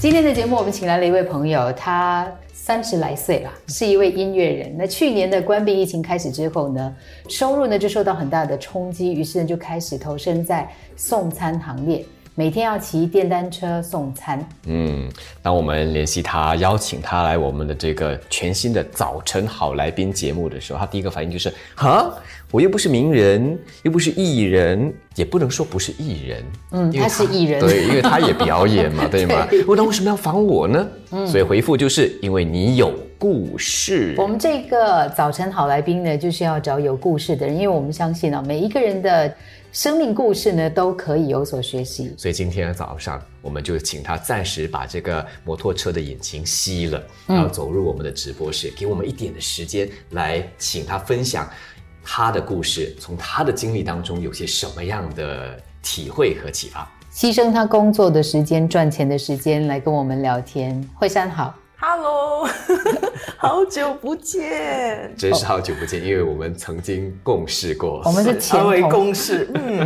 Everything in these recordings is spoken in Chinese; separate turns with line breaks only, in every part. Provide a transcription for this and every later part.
今天的节目我们请来了一位朋友，他三十来岁了，是一位音乐人。那去年的关闭疫情开始之后呢，收入呢就受到很大的冲击，于是呢就开始投身在送餐行列，每天要骑电单车送餐。
嗯，当我们联系他，邀请他来我们的这个全新的早晨好来宾节目的时候，他第一个反应就是：哈，我又不是名人，又不是艺人，也不能说不是艺人，
嗯，
因
他
为
是艺人，
对，因为他也表演 嘛，对吗？我那为什么要烦我呢？
嗯
所以回复就是因为你有故事。
我们这个早晨好来宾呢，就是要找有故事的人，因为我们相信啊，每一个人的生命故事呢，都可以有所学习。
所以今天早上，我们就请他暂时把这个摩托车的引擎熄了，然后走入我们的直播室，给我们一点的时间来请他分享他的故事，从他的经历当中有些什么样的体会和启发。
牺牲他工作的时间、赚钱的时间来跟我们聊天。惠山好，
Hello，好久不见，
真是好久不见，因为我们曾经共事过。
我们是前
成为
同，
公事。 嗯，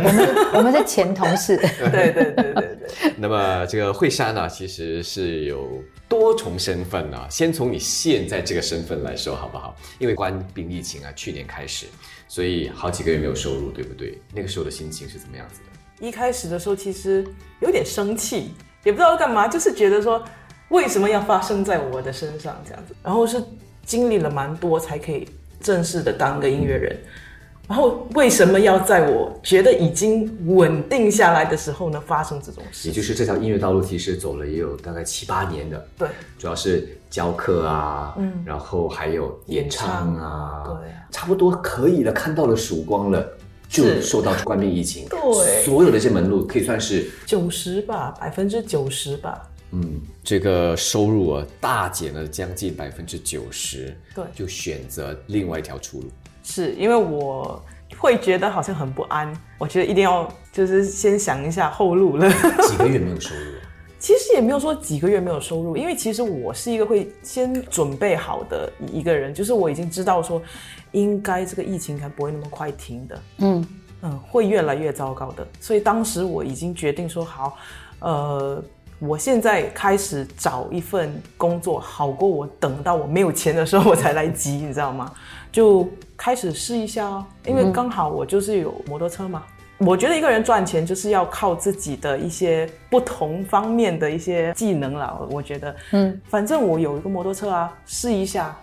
我们是前同事。
对对对对对，
那么这个惠山呢、其实是有多重身份呢、先从你现在这个身份来说好不好？因为关闭疫情啊，去年开始，所以好几个月没有收入，对不对？那个时候的心情是怎么样子的？
一开始的时候其实有点生气，也不知道干嘛，就是觉得说为什么要发生在我的身上这样子。然后是经历了蛮多才可以正式的当个音乐人。然后为什么要在我觉得已经稳定下来的时候呢发生这种
也
事？
就是这条音乐道路其实走了也有大概七八年的，
对，
主要是教课啊，嗯，然后还有演唱啊，
演唱对啊
差不多可以了，看到了曙光了。就是受到冠病疫情，
对
所有的这门路可以算是
九十吧，百分之九十吧。
嗯，这个收入啊大减了将近百分之九十，
对
就选择另外一条出路。
是因为我会觉得好像很不安，我觉得一定要就是先想一下后路了。
几个月没有收入啊，
其实也没有说几个月没有收入，因为其实我是一个会先准备好的一个人，就是我已经知道说，应该这个疫情还不会那么快停的，
嗯，
嗯，会越来越糟糕的。所以当时我已经决定说好，呃，我现在开始找一份工作，好过我等到我没有钱的时候我才来急，你知道吗？就开始试一下哦，因为刚好我就是有摩托车嘛。我觉得一个人赚钱就是要靠自己的一些不同方面的一些技能啦。我我觉得，
嗯，
反正我有一个摩托车啊，试一下，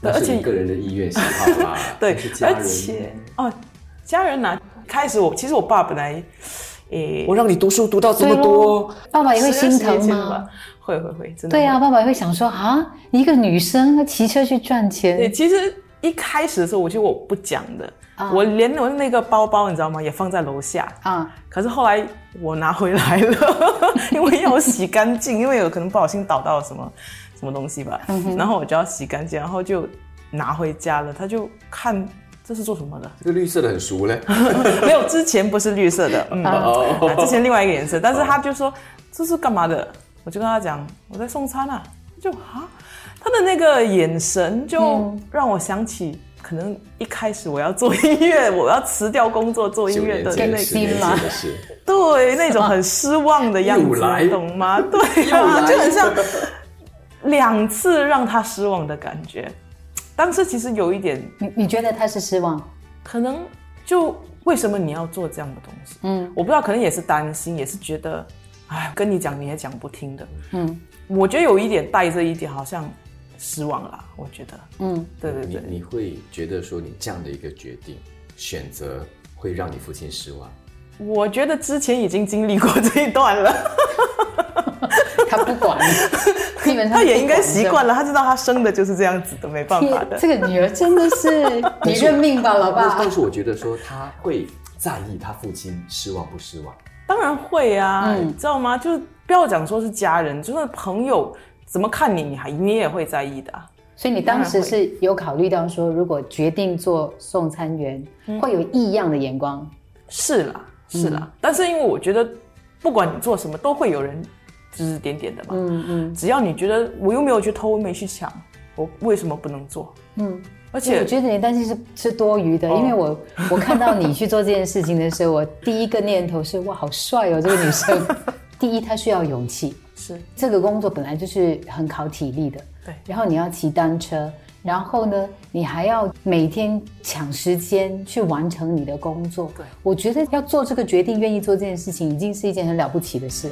对
那
而
是
且
一个人的意愿喜好 啦，
对
啊那是，家人
而且哦，家人拿、开始我其实我爸本来，诶、
我让你读书读到这么
哦
多，
爸爸也会
十
心
年前
疼
吧
吗？？
会会会，真的
对
会
啊，爸爸也会想说啊，你一个女生骑车去赚
对，
钱，
其实一开始的时候，我就我不讲的，
啊
我连我那个包包你知道吗，也放在楼下。
啊，
可是后来我拿回来了， 因为要洗干净，因为有可能不小心倒到什么什么东西吧，
嗯
然后我就要洗干净，然后就拿回家了。他就看这是做什么的，
这个绿色的很熟嘞。哦
没有，之前不是绿色的，嗯，啊之前另外一个颜色，但是他就说这是干嘛的？我就跟他讲我在送餐啊，就啊，他的那个眼神就让我想起。可能一开始我要做音乐， 我要辞掉工作做音
九
乐
年
的
前
那
的
个
十年
那
前
个
的事，
对，那种很失望的样
又
子，
来
你懂 吗？对
又
啊，
来
就很像两次让他失望的感觉。当时其实有一点，
你你觉得他是失望？
可能就为什么你要做这样的东西？
嗯
我不知道，可能也是担心，也是觉得，哎，跟你讲你也讲不听的。
嗯
我觉得有一点带着一点好像失望啦，我觉得，
嗯，
对对对，
你你会觉得说你这样的一个决定选择会让你父亲失望？
我觉得之前已经经历过这一段了。
他不管，基本上
他也
不
应该
管
习
的
惯了，他知道他生的就是这样子的，没办法 的。
这个女儿真的是 你认命吧，老
但
爸。
但是我觉得说他会在意他父亲失望不失望。
当然会啊，
嗯
你知道吗？就是不要讲说是家人，就算朋友怎么看你，你还你也会在意的啊、
所以你当时是有考虑到说，如果决定做送餐员，
嗯
会有异样的眼光。
是啦，是
嗯
啦。但是因为我觉得，不管你做什么，都会有人指指点点的嘛。
嗯嗯
只要你觉得我又没有去偷，没去抢，我为什么不能做？
嗯。
而
我
且
觉得你的担心是是多余的，
哦
因为我我看到你去做这件事情的时候，我第一个念头是哇，好帅哦，这个女生。第一，她需要勇气，
是
这个工作本来就是很考体力的，
对
然后你要骑单车，然后呢，你还要每天抢时间去完成你的工作。
对，
我觉得要做这个决定，愿意做这件事情，已经是一件很了不起的事。